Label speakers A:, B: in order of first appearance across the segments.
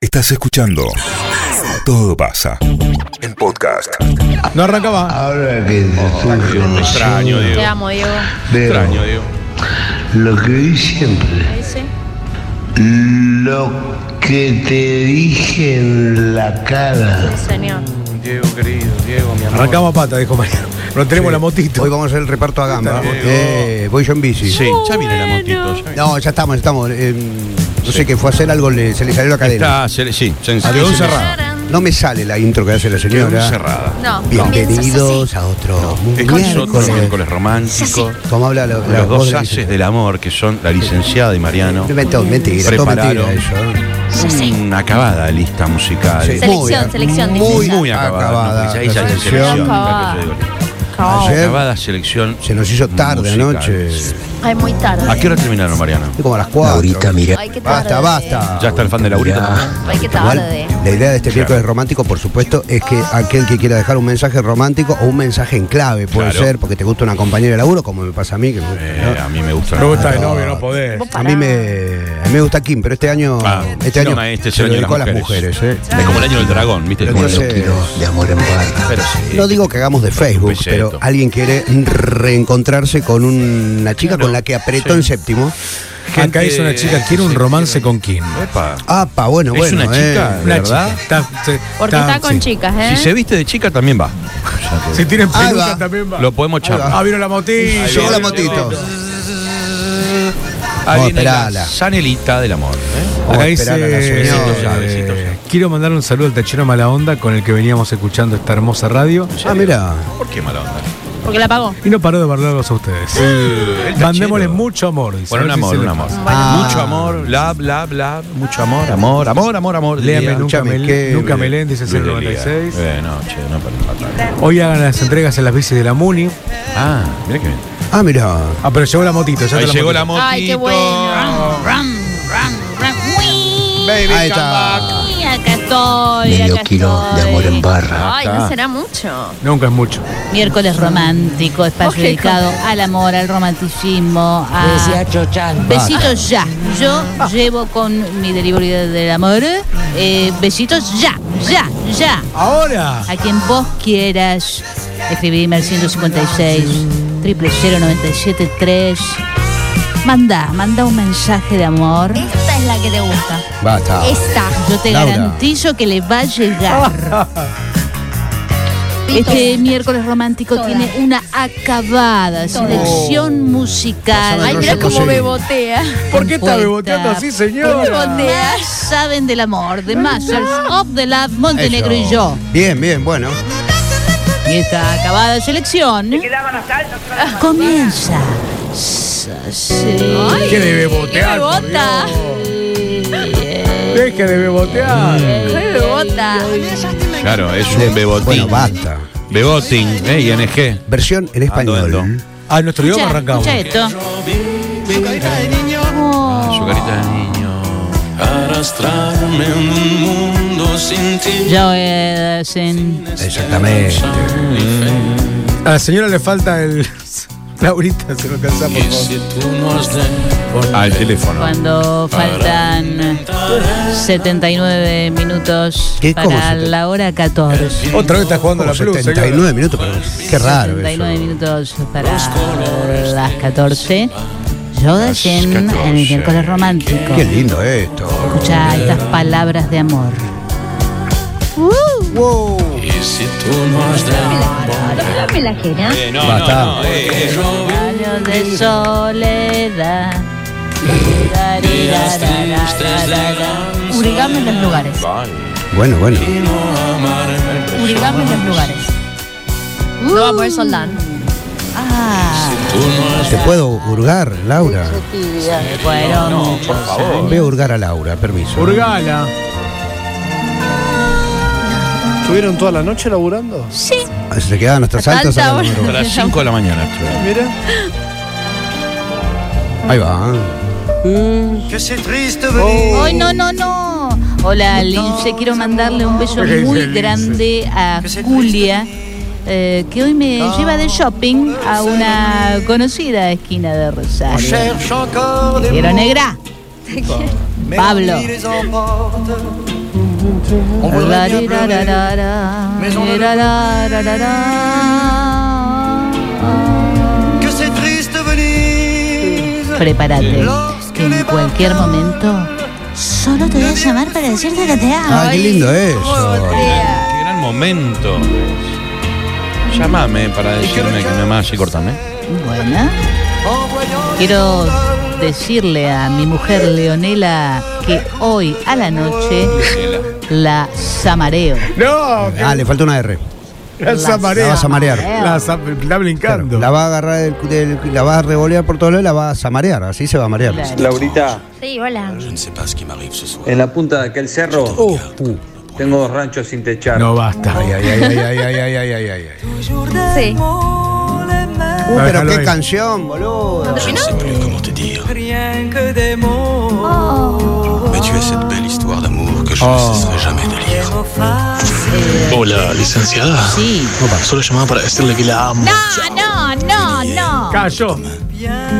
A: Estás escuchando Todo pasa. En podcast.
B: No
C: Ah,
B: arrancaba.
D: Ahora que surge un
E: Oh, Extraño, Diego.
F: Te amo, Diego.
E: Extraño, Diego.
D: lo que vi siempre,
F: Ahí sí.
D: lo que te dije en la cara.
F: Sí, señor.
E: Diego querido, Diego, mi amor.
B: Arrancamos a pata, dijo Mariano. No tenemos la motito.
C: Hoy vamos a hacer el reparto a gamba.
E: Diego.
C: Eh, voy yo en bici.
E: Sí, ya viene la motito. Ya viene.
C: No, ya estamos, ya estamos. eh, no sé qué fue a hacer algo, le- se le salió la cadena.
E: Está, se- sí, se
B: Quedó
E: se-
B: encerrada.
C: No me sale la intro que hace la
E: quedó
C: señora.
E: encerrada.
F: No,
C: Bienvenidos a otro
E: Este es otro
C: miércoles.
E: miércoles romántico.
C: Como habla la, la
E: Los
C: voz
E: dos
C: de la
E: haces
C: señora.
E: del amor, que son la licenciada y Mariano.
C: Inventó, mentira, todo
E: Prepararon.
C: mentira eso.
E: Una acabada lista musical.
C: Sí.
F: Selección,
C: Muy a-
F: selección, dice
C: Muy,
F: ella.
E: Muy acabada. ¿no? Ella
C: la
E: ya es
C: selección.
E: selección.
F: Acabada.
E: claro que yo digo.
C: Ayer
E: Acabada selección.
C: se nos hizo tarde
E: musical.
C: anoche.
F: Ay, muy tarde.
E: ¿A qué hora terminaron, Mariano?
C: Fue Como a las 4.
D: mira.
F: Ay, qué tarde.
C: Basta, basta.
E: Ya está el fan de Laurita. también.
F: Ay, qué
C: Igual,
F: tarde. Ah.
C: la idea de este miércoles romántico, por supuesto, es que aquel que quiera dejar un mensaje romántico o un mensaje en clave, puede
E: Claro.
C: ser porque te gusta una compañera de laburo, como me pasa a mí. que me gusta,
E: Eh,
C: ¿no?
E: a mí me gusta.
B: No gusta de novio, no podés.
F: Vos
C: A
F: pará.
C: mí me, a mí me gusta Kim, pero este año,
E: Ah,
C: este
E: no,
C: año
E: este es
C: se
E: el
C: lo
E: año de
C: dedico a
E: las
C: las
E: mujeres.
C: mujeres. ¿eh?
E: Es como el año del dragón, ¿viste? Como el-
C: Entonces,
D: De amor en paz.
E: Pero sí.
C: no digo que hagamos de Facebook,
E: Empecé
C: pero
E: esto.
C: alguien quiere reencontrarse con una chica con la que apretó en séptimo.
B: Acá dice una chica, quiere un romance con Kim.
E: Epa.
C: Apa, bueno,
E: ¿Es
C: bueno.
E: una
C: eh,
E: chica?
B: Una
E: ¿Verdad?
B: chica. Está- se-
F: Porque está con
B: sí.
F: chicas, ¿eh?
E: Si se viste de chica también va.
B: Si tienen
C: Ahí
B: peluca
C: va.
B: también va.
E: Lo podemos charlar.
B: Ah, vino la motilla.
C: Llegó la motito.
E: Ahí
C: Oh,
E: viene la
C: esperala.
E: Sanelita del amor. ¿eh?
C: Vamos
B: Acá
C: a esperar a la
B: dice,
C: señora.
E: Besitos ya, besitos ya.
B: eh, quiero mandar un saludo al Tachero Mala Onda con el que veníamos escuchando esta hermosa radio
C: Ah, mira.
E: ¿Por qué mala onda?
F: Porque la pagó.
B: y no paró de hablarlos a ustedes.
E: El
B: Eh. Mandémosle
E: tachero.
B: mucho amor, dice.
E: Bueno, un
B: A ver si
E: amor,
B: se
E: un
B: le-
E: amor.
C: Ah.
E: Mucho amor, bla, bla, bla. Mucho amor, amor, amor, amor, amor. del
B: Léame
E: día.
B: nunca,
C: Escuchame,
B: me,
C: qué-
B: nunca me leen, dice
E: Luis del día.
B: 096.
E: Eh, no, che, no, para nada.
B: Hoy hagan las entregas en las bicis de la Muni.
E: Ah, mira que bien.
C: Ah, mira.
B: Ah, pero llegó la motito. Ya
E: Ahí
B: está
E: llegó
B: motito.
E: la motito.
F: Ay, qué bueno.
B: Ah.
F: Ram, ram, ram. Uy.
C: Ahí está.
F: Ay, Acá estoy,
D: Medio
F: acá
D: kilo
F: estoy.
D: de amor en barra.
F: Ay, no será mucho.
B: Nunca es mucho.
G: Miércoles romántico, espacio
F: Ok,
G: dedicado al amor, al romanticismo, a besitos ya. Yo llevo con mi delivery del amor eh, besitos ya, ya, ya.
B: Ahora.
G: A quien vos quieras, escribime al 156 097 3 Manda, manda un mensaje de amor.
F: Esta es la que te gusta.
C: Basta.
F: Esta.
G: Yo te
C: Laura.
G: garantizo que le va a llegar. Este miércoles romántico tiene una acabada
B: Oh.
G: selección musical.
C: Pásame
F: Ay,
C: No
F: mira
C: se
F: cómo
C: consigue.
F: bebotea.
B: ¿Por qué está
G: Compuesta.
B: beboteando
F: ¿Por
B: así,
F: qué
B: señor?
F: bebotea?
G: Más saben del amor de Masters of the Love Montenegro y yo.
C: Bien, bien, bueno.
G: Y esta acabada selección comienza.
F: Ay,
B: ¿Qué debe botear,
F: ¿Qué
B: por
F: bebota?
B: Deje de bebotear.
F: ¿Qué bebota?
E: Claro, es un bebotín.
C: Bueno, basta.
E: Bebotín, eh, ING.
C: Versión en español.
E: Ando, ando.
B: Ah, en nuestro idioma
G: Escucha,
B: arrancamos.
G: escucha esto.
E: Su carita de niño.
H: Arrastrarme en un mundo sin ti.
G: Yo eh, sin-
C: Exactamente.
B: A la señora le falta el. Laurita, se lo cansa por
H: Y
B: favor.
H: si tú no has de
E: Al teléfono.
G: Cuando faltan 79 minutos
C: ¿Qué? ¿Cómo
G: para
C: se te-
G: la hora 14.
B: Otra vez está jugando la
C: Como
B: plus,
C: 79 minutos, pero qué raro.
G: 79
C: eso.
G: minutos para las 14. Yo de Jen en el
E: 14.
G: miércoles romántico.
C: Qué lindo esto.
G: Escucha estas palabras de amor.
H: y si tú no has de
C: Basta.
B: eh.
G: Años de soledad.
F: Urigame en los lugares.
C: Bueno, bueno.
F: Urigame en los lugares. No va a poder soldar.
C: ¿Te puedo hurgar, Laura?
G: Fueron muchos años.
C: Voy a hurgar a Laura, permiso.
B: Urgala.
I: ¿Estuvieron toda la noche laburando?
F: Sí.
C: Ah, Se te quedaban nuestras altas a la
F: Tanta
E: A
C: número.
E: las 5 de la mañana. estuve.
I: Mira.
C: Ahí va.
G: Ay, no, no, no. Hola, Lince. Quiero mandarle un beso
B: ¿Qué dice
G: muy
B: Lince?
G: grande a Julia, eh, que hoy me lleva de shopping a una conocida esquina de Rosario. Te Quiero negra. Pablo. On voudrait bien pleurer, mais on ne le
J: Que c'est triste Venise.
G: Prepárate, que en cualquier momento solo te voy a llamar para decirte que te amo.
C: Ah, qué lindo es.
E: Qué gran momento. Llámame para decirme que me amas y cortame.
G: Bueno,
J: Oh,
G: quiero decirle a mi mujer Leonela que hoy a la noche la samareo.
B: No,
C: Ah, le falta una R.
B: la
C: La
B: zamareo.
C: vas a marear.
B: La zam- está brincando.
C: La va a agarrar, del- del- la va a revolear por todos lados y la va a zamarear. Así se va a marear.
G: Claro.
K: Laurita,
F: Sí, hola.
H: Je ne sais pas ce qui m'arrive ce soir.
K: en la punta de aquel cerro
C: Uh,
K: tengo dos ranchos sin techar.
B: No basta.
C: Ay, ay, ay, ay, ay, ay, ay, ay, ay, ay, ay.
F: Sí.
C: Uh,
B: Ah,
C: pero
B: déjalo
C: qué
B: ahí.
C: canción, boludo.
H: Je ne sais plus comment te dire. Mais tu es cette belle histoire d'amour que je
B: Oh,
H: ne cesserai jamais de lire.
L: Hola, licenciada.
G: Sí.
L: Solo llamaba para decirle que la amo.
G: No, no, no, no.
B: Cayó.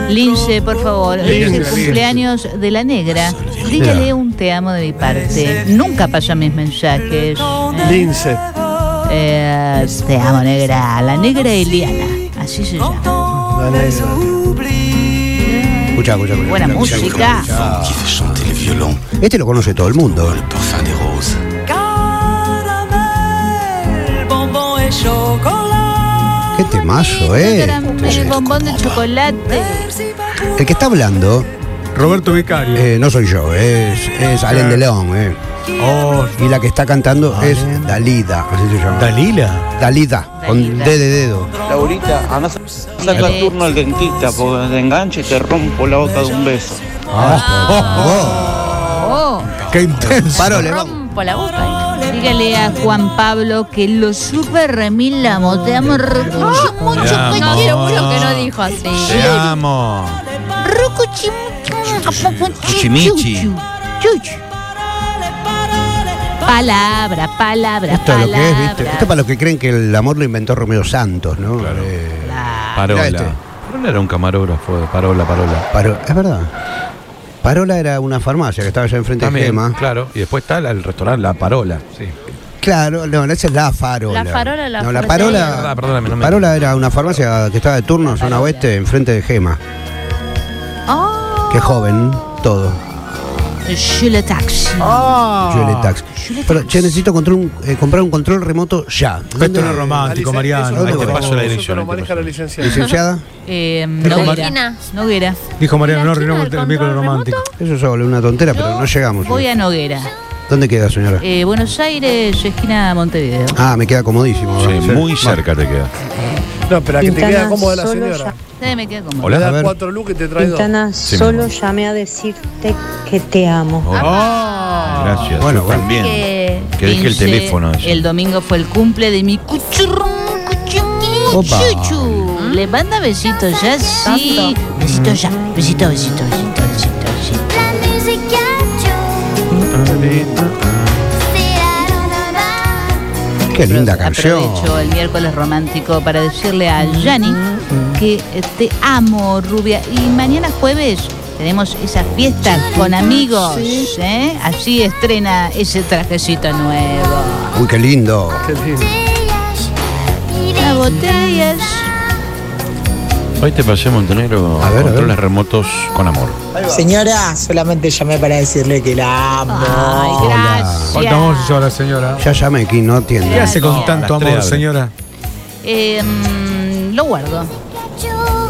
G: Lince, por favor, hoy es el
B: Lince,
G: cumpleaños de la negra. Dígale un te amo de mi parte. Nunca pasa mis mensajes.
I: Lince.
G: Eh, te amo, negra. La negra Eliana. Así se llama.
I: La negra.
C: Escucha, escucha, escucha.
G: Buena
C: escucha,
G: música.
C: escucha, escucha.
H: Femme qui fait chanter le violon,
C: Este lo conoce todo el mundo.
H: le parfum des roses.
C: Qué temazo, eh.
G: El bombón de chocolate.
C: El que está hablando
B: Roberto Vicario.
C: eh, no soy yo, es, es Alain Delon. Eh. y la que está cantando es Dalida, así se llama.
B: Dalila.
C: Dalida, con
G: Dalida.
C: D de dedo.
K: Laurita, andás a sacar turno al dentista porque te enganche y te rompo la boca de un beso.
E: oh,
G: Oh,
B: Qué intenso.
C: Paro, le vamos.
G: rompo la boca. Dígale a Juan Pablo que lo super remil amo. Te amo recucho mucho.
E: amo.
G: coño.
E: No, quiero juro
F: que no dijo así.
E: Te amo.
G: Rucuchi mucho.
E: Cuchimichi.
G: Chuchu, chuchu. Palabra, palabra,
C: Esto es
G: palabra.
C: lo que es, ¿viste? Esto es para los que creen que el amor lo inventó Romeo Santos, ¿no? Eh,
E: Parola.
C: Mirá este.
E: Parola era un camarógrafo de Parola, Parola.
C: Paro- es verdad. Parola era una farmacia que estaba allá enfrente de
E: También,
C: Gema.
E: claro. Y después está la- el restaurante La Parola. Sí.
C: Claro, no, esa es la farola.
F: La farola, la
C: No, la
F: farmacia.
C: parola.
E: Perdón, Ah, perdóname, no me-
C: Ah, parola era una farmacia que estaba de turno, zona oeste, enfrente de Gema.
G: Oh,
C: Qué joven, todo.
G: je le taxi.
C: Julie Tax.
G: Julie
C: Pero,
G: Ah. Tax.
C: che, necesito control- un- eh, comprar un control remoto ya.
B: Pero esto no es
C: ¿Dónde-
B: romántico,
I: Eso
B: Mariano.
I: no
E: Ahí
I: lo-
E: te paso la
I: eso
E: dirección,
I: no
E: ahí
I: lo
E: te
I: maneja
E: paso.
I: la licenciada.
C: Licenciada,
G: Eh,
F: Noguera.
G: Noguera. Noguera.
B: Dijo Mariano
F: ¿La
B: Norri,
F: chica
B: no,
F: del
B: el miércoles
F: control
B: romántico.
C: eso es una tontera, pero no llegamos.
G: Voy a Noguera.
C: ¿Dónde queda, señora?
G: Eh, Buenos Aires, esquina Montevideo.
C: Ah, me queda comodísimo.
E: Sí,
C: ¿verdad?
E: muy
C: Va.
E: cerca te queda.
I: No, pero que te
M: Quintana
I: queda cómoda la
M: solo
I: señora.
G: Ustedes me quedan como.
I: Le
E: Hola.
C: A ver.
I: da cuatro lucas y te trae dos.
M: Quintana,
E: Sí,
M: solo
E: mi
M: llamé a decirte que te amo.
E: Gracias.
C: Bueno,
E: Yo
C: bueno.
E: También.
N: eh,
F: Que-
E: Que deje el
G: 15,
E: teléfono. eso.
G: El domingo fue el cumple de mi cuchurrún, cuchurrún,
C: Opa.
G: chuchu. Le manda besitos ya, sí. Besitos ya, besito, besito, besito, besito, besito.
F: La musique à Joe, c'est à l'endemain.
C: Qué linda canción.
G: Aprovecho el miércoles romántico para decirle a Yanni
C: Mm,
G: que te amo, rubia. Y mañana jueves tenemos esa fiesta con amigos. ¿eh? Así estrena ese trajecito nuevo.
C: Uy, qué lindo.
I: Qué lindo.
F: Voyage, il
G: La
F: est
G: botella es...
E: Hoy te pasé Montenegro
C: A ver, a ver.
E: controles remotos con amor.
O: Señora, solamente llamé para decirle que la amo.
G: Ay, gracias.
B: ¿Cuánto amor se hizo la señora?
C: Ya llamé aquí, no atiende.
B: ¿Qué hace con tanto
E: las
B: amor,
E: tres abren.
B: señora?
G: Eh, mm, lo guardo,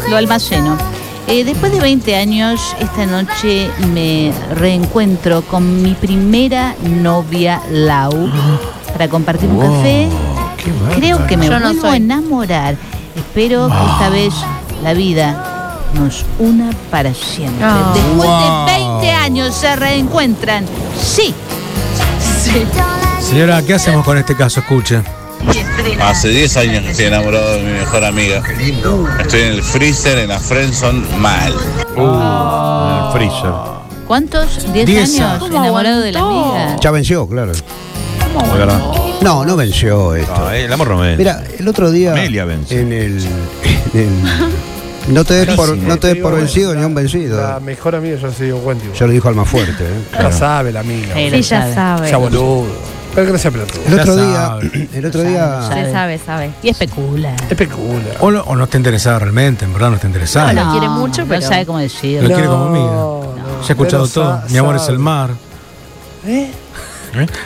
G: lo almaceno. Eh, después de 20 años, esta noche me reencuentro con mi primera novia, Lau, para compartir un café. Creo que me
F: Yo no
G: vuelvo a
F: soy.
G: enamorar. Espero que esta vez la vida nos una para siempre.
F: Oh.
G: Después de 20 años se reencuentran. Sí.
B: Señora, ¿qué hacemos con este caso? Escuche.
J: Hace 10 años que estoy enamorado de mi mejor amiga. Estoy en el freezer, en la Friendson, mal.
E: Uh, El freezer.
G: ¿Cuántos? ¿10
B: Diez
G: años
F: años.
G: enamorado de la
F: ¿Cómo
G: amiga?
C: Ya venció, claro.
E: Muy verdad.
C: No, no venció esto.
E: Ah, eh, el amor no me.
C: Mira, el otro día
E: Amelia venció.
C: en el. en el- no te des por, no te des por vencido ni un
I: La
C: vencido.
I: mejor amiga ya se dio cuenta. igual.
C: Ya lo dijo Alma Fuerte. ¿eh?
I: Ya sabe la amiga.
G: Sí,
I: boludo.
G: lo
F: Ella
G: sabe.
F: sabe.
I: Ya boludo. Pero que no sea pelotudo.
C: El otro día, el otro día.
N: Se sabe, sabe.
G: Y especula.
I: Especula.
B: O, no- o no está interesado realmente, en verdad no está interesado.
N: No, lo quiere mucho,
G: no
N: pero-
G: sabe cómo decir.
B: Lo quiere como amiga. Se ha escuchado
C: Pero
B: todo.
C: sa-
B: Mi amor es
C: sabe.
B: el mar.
I: ¿Eh?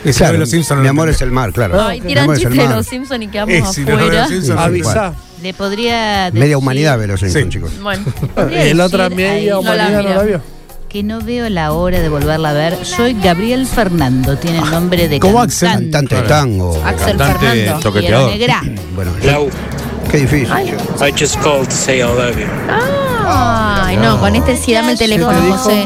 B: Y si no
C: Claro,
B: ve los Simpsons, no
C: mi
B: lo
C: amor
B: entiende.
C: es el mar, claro.
N: Ay,
C: Mi
N: tiran
C: amor es el
N: chistes de
C: mar.
N: los Simpsons y quedamos
B: Eh, si no lo veo
N: afuera.
B: los Simpsons,
I: Avisa.
G: Le podría decir,
C: Media humanidad ve los Simpsons, chicos.
N: Bueno,
G: podría
I: El otra
G: decir
I: media
G: ahí-
I: humanidad no la, vio.
G: Que no veo la hora de volverla a ver. Soy Gabriel Fernando, tiene el nombre de
B: Como Axel.
C: Cantante
G: cantante.
C: de
B: Claro.
C: tango.
N: Axel
E: Cantante
N: Fernando.
E: toqueteador.
G: Piero Negra.
C: Bueno, qué difícil.
P: I just called to say I love you.
N: Ay, no, con este sí dame el teléfono, José.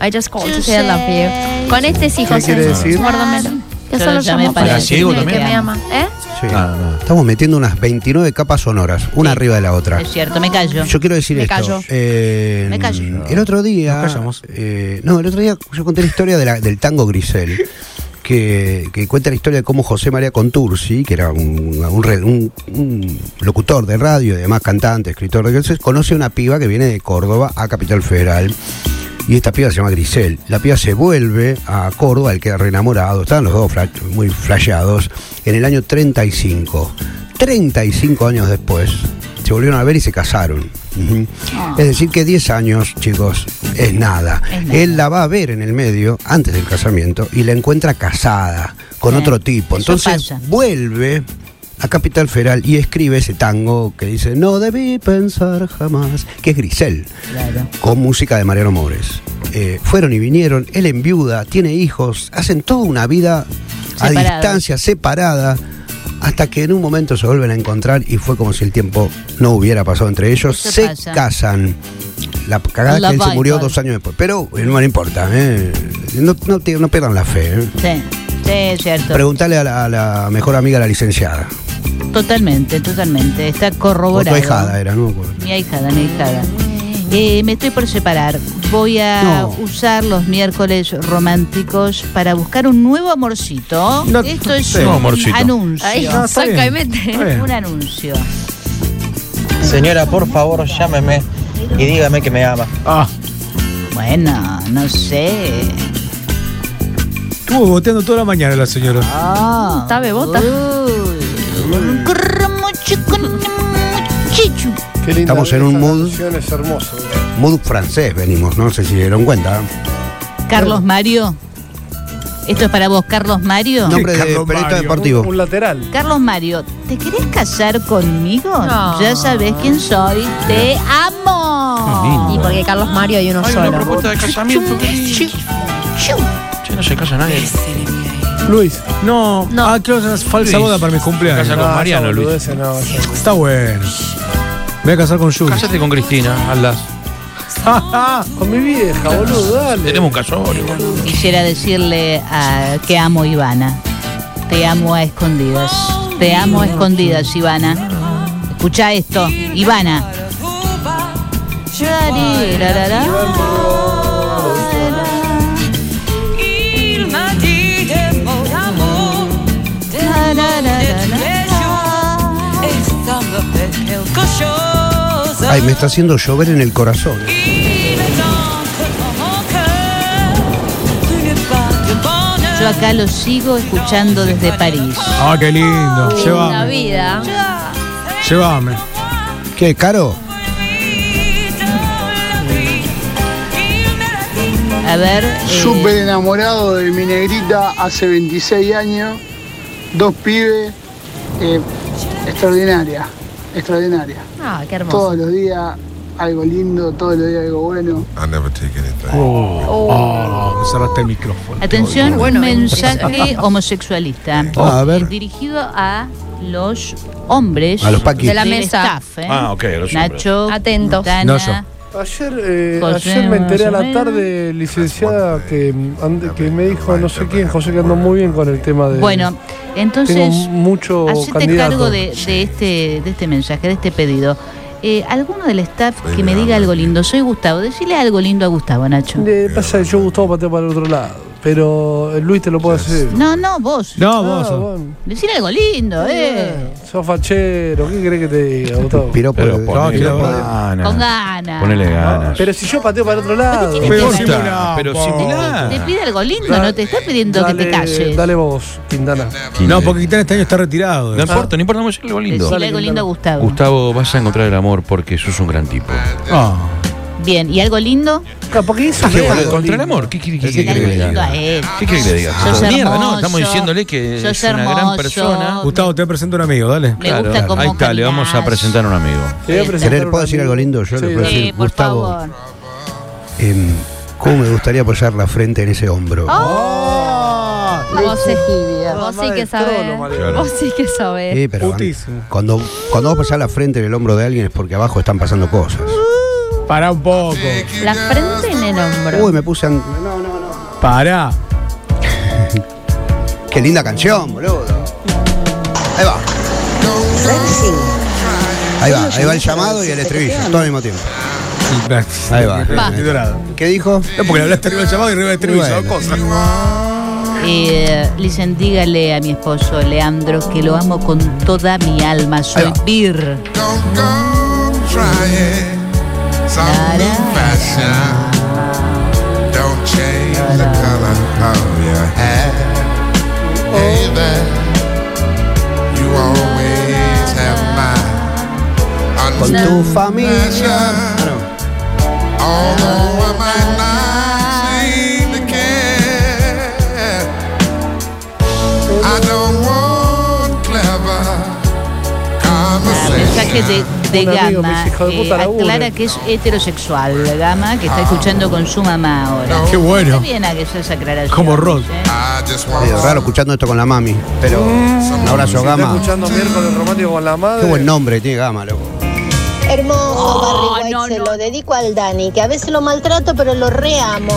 N: I just called to say I love you. Con este sí,
C: ¿Qué
N: José.
C: quiere decir?
N: Guárdamelo. Yo
G: Yo lo
N: solo
G: llamé
N: llamo
G: para
N: para
E: decirle
N: decirle
E: que
N: que me
G: me
N: ama. ¿Eh?
C: Sí.
E: Ah, no.
C: Estamos metiendo unas 29 capas sonoras, una arriba de la otra.
G: Es cierto, me callo.
C: Yo quiero decir
N: Me
C: esto.
N: callo.
C: eh,
G: Me callo.
C: El otro día.
B: Nos callamos.
C: eh, no, el otro día yo conté la historia de la- del tango Grisel. Que, que cuenta la historia de cómo José María Contursi, que era un, un re- un- un locutor de radio y además cantante, escritor, entonces conoce a una piba que viene de Córdoba a Capital Federal. Y esta piba se llama Grisel. La piba se vuelve a Córdoba, él queda reenamorado. Estaban los dos fla- muy flasheados. En el año 35. 35 años después, se volvieron a ver y se casaron. Ujú. Es decir, que 10 años, chicos, es nada.
G: Ah. Es nada.
C: Él la va a ver en el medio, antes del casamiento, y la encuentra casada con
G: Sí,
C: otro tipo.
G: eso
C: Entonces
G: pasa.
C: vuelve a Capital Federal y escribe ese tango que dice: No debí pensar jamás, que es Grisel
G: Claro.
C: con música de Mariano Mores. Eh, fueron y vinieron, él en viuda, tiene hijos, hacen toda una vida a
G: Separados.
C: distancia, separada, hasta que en un momento se vuelven a encontrar y fue como si el tiempo no hubiera pasado entre ellos.
G: Eso
C: Se
G: pasa.
C: casan. La cagada es
G: La
C: que él se murió
G: Bible.
C: dos años después. Pero eh, no le importa, eh. no, no te- no pierdan la fe. eh.
G: Sí, sí, es cierto.
C: Preguntale a la, a la mejor amiga, la licenciada.
G: Totalmente, totalmente. Está
C: O tu
G: corroborado.
C: ahijada eh. era, ¿no?
G: Mi ahijada, mi ahijada. Eh, me estoy por separar. Voy a
C: No.
G: usar los miércoles románticos para buscar un nuevo amorcito.
B: No,
G: Esto es
B: sí.
G: un
B: No, amorcito.
G: anuncio.
N: Ay,
B: No, está
N: saca y
B: bien. Está
N: mete.
B: bien.
G: un anuncio.
Q: Señora, por favor, llámeme y dígame que me ama.
B: Ah,
G: Bueno, no sé.
B: estuvo boteando toda la mañana la señora.
G: Ah,
N: Está bebota.
G: uy. Corramocho con muchacho.
I: Qué linda
C: Estamos en
I: esa
C: un mood.
I: canción, Es hermoso.
C: Mood francés venimos, no sé si se dieron cuenta.
G: Carlos Mario. Esto es para vos, Carlos Mario.
C: Nombre de
B: Carlos
C: periodista
B: Mario.
C: deportivo.
I: Un, un lateral.
G: Carlos Mario, ¿te querés casar conmigo?
N: No.
G: Ya sabés quién soy. Te amo.
N: Y porque Carlos Mario hay uno
P: Hay una
N: solo.
P: propuesta de casamiento. Che, no se casa nadie.
I: Luis.
B: No,
N: No.
B: ah, quiero hacer una falsa
E: Sí.
B: boda para mis cumpleaños.
E: Casa con
I: esa
E: Mariano, Luis.
I: boludez, Ah, no, esa-
B: Está bueno. Me voy a casar con Jules.
E: Cásate con Cristina, Aldas.
I: Con mi vieja, boludo, dale.
E: Tenemos un casorio, boludo.
G: Quisiera decirle a- que amo a Ivana. Te amo a escondidas. Te amo a escondidas, Ivana. Escucha esto, Ivana.
C: Ay, me está haciendo llover en el corazón.
G: Yo acá lo sigo escuchando desde París.
B: Ah, qué lindo.
N: La
B: Llévame.
N: vida.
B: Llévame.
C: ¿Qué, Caro?
G: A ver. eh,
R: Súper enamorado de mi negrita hace 26 años. Dos pibes. eh, extraordinaria. Extraordinaria.
N: Ah, qué hermoso.
R: Todos los días algo lindo, todos los días algo bueno.
S: I never take anything.
B: Oh, me cerraste el micrófono.
G: Atención,
N: Bueno,
G: un mensaje homosexualista.
C: Ah, a ver.
G: Eh, Dirigido a los hombres
C: A los paquis.
N: De la
G: del
N: mesa.
G: staff, eh.
E: Ah, ok, los hombres.
G: Nacho,
N: Atentos.
G: Tana,
B: No, yo.
I: Ayer, eh,
G: José,
I: ayer me enteré a
G: Pues más
I: la
G: o
I: tarde, licenciada, que, mm, ande- que me dijo no sé quién, José, que ando muy bien con el tema de.
G: Bueno,
I: tengo
G: entonces,
I: mucho
G: hacete
I: candidato.
G: cargo de, de este, de este mensaje, de este pedido. Eh, alguno del staff que me diga algo lindo. Soy Gustavo. Decile algo lindo a Gustavo, Nacho.
I: Eh, Le pasa que yo Gustavo pateo para el otro lado. Pero eh, Luis te lo puedo decir.
G: No, no, vos.
B: No, Ah, vos. vos.
G: Decir algo lindo, eh.
I: Sos fachero, ¿qué crees que te diga, Gustavo?
C: Pero,
E: Pero Ah,
C: por-
E: ponele
C: pero-
E: ganas.
G: Con ganas.
E: Ponele ganas.
I: Pero si yo pateo para el otro lado.
G: tiene
E: Pero
G: que
E: simulá,
G: ganar.
E: pero
G: Te
E: simulá.
G: pide algo lindo, no te está pidiendo que te calles.
I: Dale vos, Quintana.
B: No, porque Quintana este año está retirado.
E: No importa, no importa, vamos a decirle algo lindo.
G: Decirle algo lindo a Gustavo.
E: Gustavo, vas a encontrar el amor porque sos un gran tipo.
B: Ah.
G: Bien, ¿y algo lindo?
I: Porque eso es algo
E: ¿Encontrar el
I: lindo.
E: amor? ¿Qué quiere qué
G: Decirle
E: quiere que
G: algo
E: le
G: lindo
E: diga?
G: a él.
E: ¿Qué quiere que le diga?
G: Sos
E: Mierda,
G: hermoso.
E: no, estamos diciéndole que
G: Sos
E: es una gran
G: hermoso.
E: persona.
B: Gustavo, te presento un amigo, dale.
G: Me gusta cómo
E: ahí está, le vamos a
G: caminás.
E: presentar a un amigo.
I: Te voy a presentar
C: Querer,
I: un
C: ¿puedo decir
I: amigo.
C: algo lindo? Yo le
I: Sí,
C: puedo
I: dale.
C: decir,
G: Sí, por
C: Gustavo.
G: favor.
C: em, ¿Cómo me gustaría apoyar la frente en ese hombro?
N: Vos sí,
R: tibia.
N: vos sí
I: Mamá
N: que
I: del trono,
N: sabés.
I: Mariano.
N: Vos sí que sabés.
C: Sí, pero
B: Putísimo.
C: cuando, cuando vos pasás la frente en el hombro de alguien es porque abajo están pasando cosas.
B: Pará un poco.
N: La frente en el hombro.
C: Uy, me puse. an-
B: Pará.
C: Qué linda canción, boludo. Ahí va. Ahí va, ahí va el llamado y el estribillo, todo al mismo tiempo. Ahí va.
B: Titulado.
C: ¿Qué dijo?
B: No, porque le hablaste arriba del llamado y arriba del estribillo,
C: Bueno.
B: dos cosas.
G: Eh, Licen, dígale a mi esposo Leandro que lo amo con toda mi alma.
C: Ahí
G: Soy
C: va.
G: Vir.
C: Con tu familia.
G: Mensaje de, de
I: Un amigo,
G: Gama.
I: mis hijos de
G: eh,
I: puta laburan.
G: aclara que es heterosexual. la Gama que está escuchando con su mamá
C: Ah,
G: ahora.
B: Qué bueno.
G: Está bien a que yo aclaraciones.
B: Como Rod.
G: ¿eh?
C: Medio raro escuchando esto con la mami. Pero un abrazo,
I: Está
C: Gama.
I: escuchando miércoles romántico con la madre.
C: Qué buen nombre tiene Gama, loco.
S: Hermoso, Barry White, se lo dedico al Dani, que a veces lo maltrato, pero lo reamo.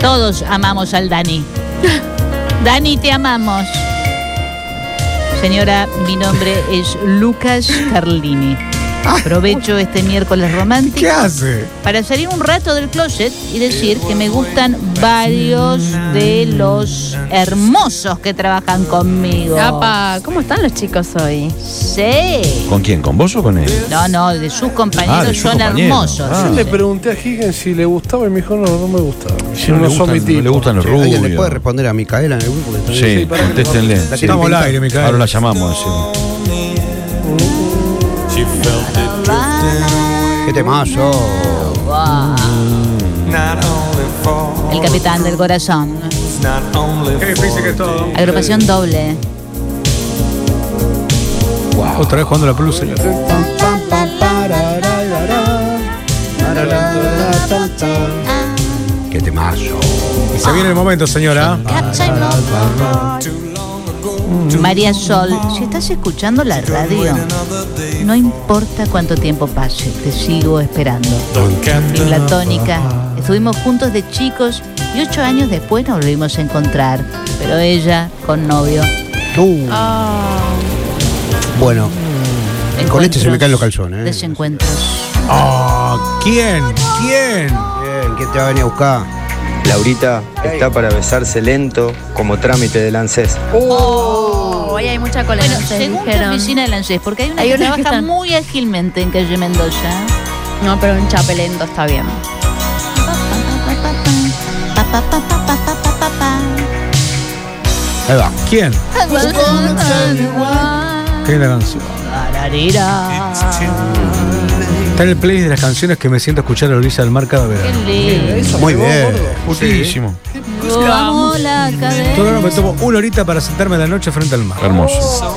G: Todos amamos al Dani. Dani, te amamos. Señora, mi nombre es Lucas Carlini. Aprovecho este miércoles romántico
B: ¿Qué hace?
G: para salir un rato del closet y decir que me gustan varios de
E: Mm.
G: los hermosos que trabajan conmigo.
N: Apa, ¿cómo están los chicos hoy?
G: Sí.
E: ¿Con quién? ¿Con vos o con él?
G: No, no, de sus compañeros
E: Ah, de sus
G: son
E: compañeros.
G: hermosos.
E: Ah.
I: Yo le pregunté a Higgins si le gustaba y me dijo, no, no me gustaba.
E: Si no, le
I: son
E: gustan,
I: mi
E: no
I: tipo.
E: le gustan los
C: ¿Alguien le puede
E: rubios.
C: responder a Micaela en el grupo? Que está-
E: Sí,
I: para que le
E: contéstenle.
C: La
E: Sí.
C: tiramos al
B: aire, Micaela.
E: Ahora la llamamos. sí.
C: ¿Qué temazo?
G: Wow. El capitán del corazón.
B: Qué difícil que es todo.
G: Agrupación doble.
B: Otra vez jugando la plus.
C: ¿Qué temazo?
B: Y se viene el momento, señora.
G: María Sol, si estás escuchando la radio, no importa cuánto tiempo pase, te sigo esperando. Y platónica, estuvimos juntos de chicos y ocho años después nos volvimos a encontrar, pero ella con novio.
C: Uh, bueno, con este se me
G: Encuentros,
C: caen los calzones. ¿eh?
G: Desencuentros.
B: Oh, ¿Quién? ¿Quién?
C: Bien, ¿quién te va a venir a buscar?
T: Ah. Laurita está para besarse lento como trámite del ANSES.
N: Hoy hay mucha
G: Bueno,
N: colesterol.
G: según qué oficina de ANSES, porque hay una
N: Hay
G: que
N: una que
G: trabaja
N: están-
G: muy ágilmente en calle Mendoza.
N: No, pero un chapelento está bien.
G: Pa, pa, pa, pa, pa, pa, pa, pa, pa.
C: Ahí va.
B: ¿Quién? ¿Qué es la canción?
G: Tararira.
B: Está en el playlist de las canciones que me siento a escuchar a la orilla del mar cada
G: Qué
B: verano.
G: lindo.
C: Muy bien.
E: Putísimo.
G: Vamos la
B: Todo
G: cadena.
B: el verano me tomo una horita para sentarme a la noche frente al mar.
E: Hermoso.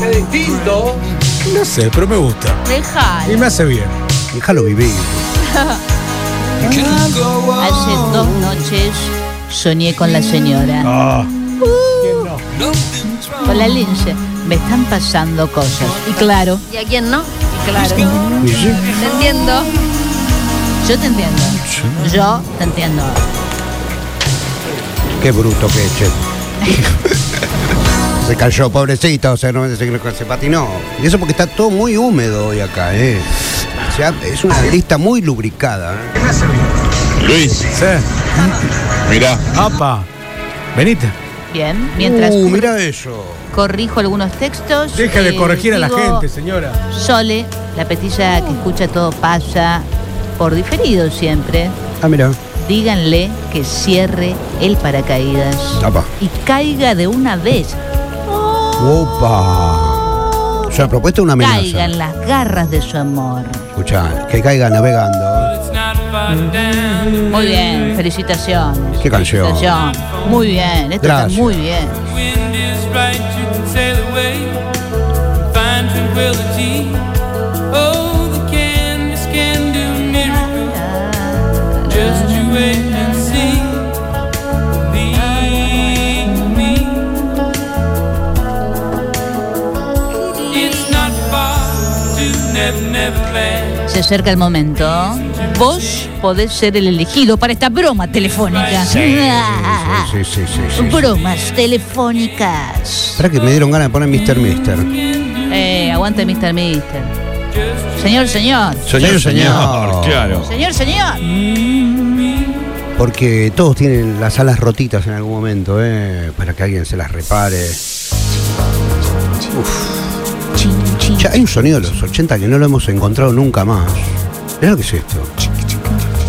I: Qué distinto.
B: No sé, pero me gusta. Y
G: Dejala.
B: me hace bien.
C: Déjalo vivir.
G: Hace dos noches soñé con la señora. Con la lince. Me están pasando cosas. Y claro,
N: ¿Y a quién no?
G: claro.
N: Te entiendo.
G: Yo te entiendo. Yo te entiendo.
C: Qué bruto que es, che. se cayó, pobrecito, o sea, no, se, se patinó. Y eso porque está todo muy húmedo hoy acá, ¿eh? O sea, es una lista muy lubricada. ¿eh?
J: Luis,
B: Sí.
J: Mirá.
B: Apa. Venite.
G: Bien, mientras
C: Uh,
G: cor-
C: mira eso.
G: corrijo algunos textos.
B: Deja de
G: eh,
B: corregir a la
G: digo,
B: gente, señora.
G: Sole, la petilla que escucha todo pasa por diferido siempre.
C: Ah, mira.
G: Díganle que cierre el paracaídas
C: Apa.
G: y caiga de una vez.
C: Opa. O sea, propuesta una amenaza.
G: Caigan las garras de su amor.
C: Escuchá, que caiga navegando.
G: Muy bien, felicitaciones.
C: Qué canción.
G: felicitación. Muy bien, esto
C: Gracias.
G: está muy bien. Se acerca el momento. Vos podés ser el elegido para esta broma telefónica.
C: Sí, sí, sí, sí.
G: Bromas telefónicas.
C: Espera que me dieron ganas de poner Mr. Mister.
G: Eh, aguante, Mr. Mister. Señor, señor.
C: Señor, señor.
E: Claro.
G: Señor, señor.
C: Porque todos tienen las alas rotitas en algún momento, ¿eh? Para que alguien se las repare. Uf. Che, hay un sonido de los 80 que no lo hemos encontrado nunca más. Mirá lo que es esto.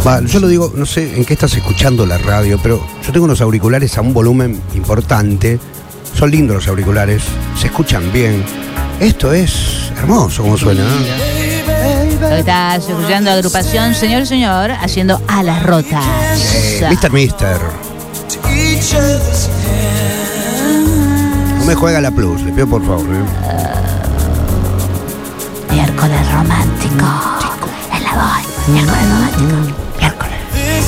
C: Va, yo lo digo, no sé en qué estás escuchando la radio, pero yo tengo unos auriculares a un volumen importante. Son lindos los auriculares, se escuchan bien. Esto es hermoso como suena. ¿eh?
G: Lo estás escuchando agrupación, señor, señor, haciendo alas rotas.
C: Eh, Mr. Mister. No me juega la plus, le pido por favor. ¿eh?
G: Miércoles romántico. En la voz. Miércoles romántico. Miércoles.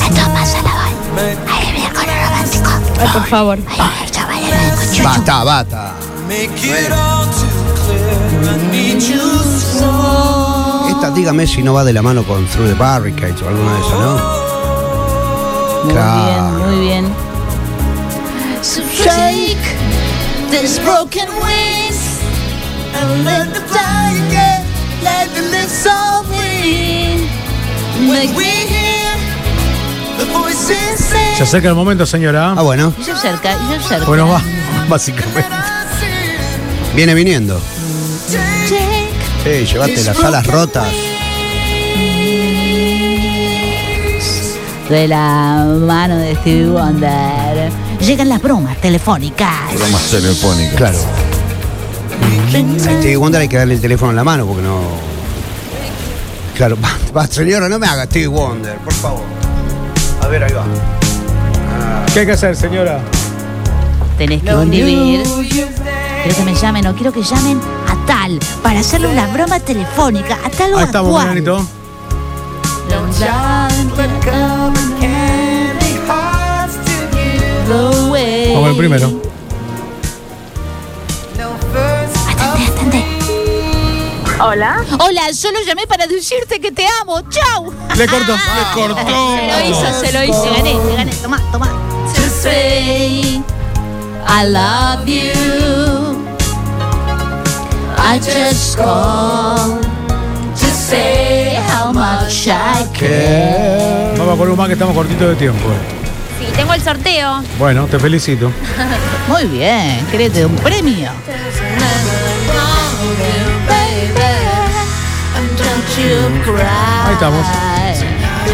G: Esto pasa en la voz. Ahí es miércoles romántico.
N: Ay, por favor.
C: Bata, bata. Esta dígame si no va de la mano con Through the Barricades o alguna de esas, ¿no?
G: Muy
C: Claro.
G: bien, muy bien.
P: Shake these broken wings and let them fly again, let them dissolve me. Make me hear the voices sing.
B: Se acerca el momento, señora. Ah,
C: bueno.
G: Y se acerca, y se acerca.
B: Bueno, va, básicamente.
C: Viene viniendo.
P: Take
C: Sí, llevate las alas rotas.
G: De la mano de Stevie Wonder. Llegan las bromas telefónicas.
E: Bromas telefónicas.
C: Claro. A Stevie Wonder hay que darle el teléfono en la mano porque no. Claro, va, va, señora, no me haga Stevie Wonder, por favor. A ver, ahí va.
B: ¿Qué hay que hacer, señora?
G: Tenés que escribir. Quiero que me llamen o quiero que llamen a tal para hacerle una broma telefónica a tal o
B: Ahí
G: a
B: estamos,
G: cual.
B: Marianito. Vamos el primero.
G: Hola. Hola, solo llamé para decirte que te amo. ¡Chau!
B: Le cortó. Le cortó.
G: Se lo hizo, se lo hizo. Te gané, te gané. Tomá, tomá. I love you. I just call to say how much I
B: Vamos con un más que estamos cortitos de tiempo.
N: Sí, tengo el sorteo.
B: Bueno, te felicito.
G: Muy bien, créete un premio.
B: Ahí estamos.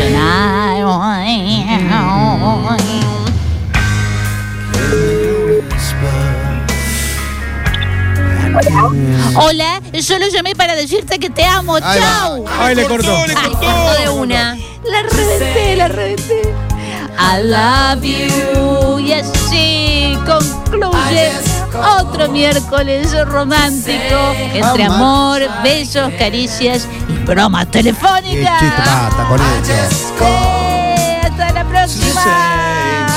G: Hola, yo lo llamé para decirte que te amo.
B: Ahí va.
G: ¡Chau!
B: Ahí le cortó.
N: Ay, cortó de una.
G: La reventé, la reventé. I love you. Y así concluye otro miércoles romántico entre
C: how
G: amor, besos, caricias y bromas
C: Y chico,
G: telefónicas.
C: bata con esto.
G: Eh, Hasta la próxima.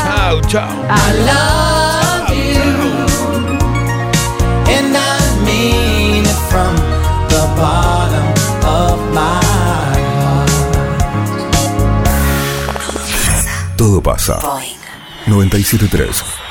E: Chao, chao.
P: I love you, and I mean it from the bottom of my heart.
A: Todo pasa. 973.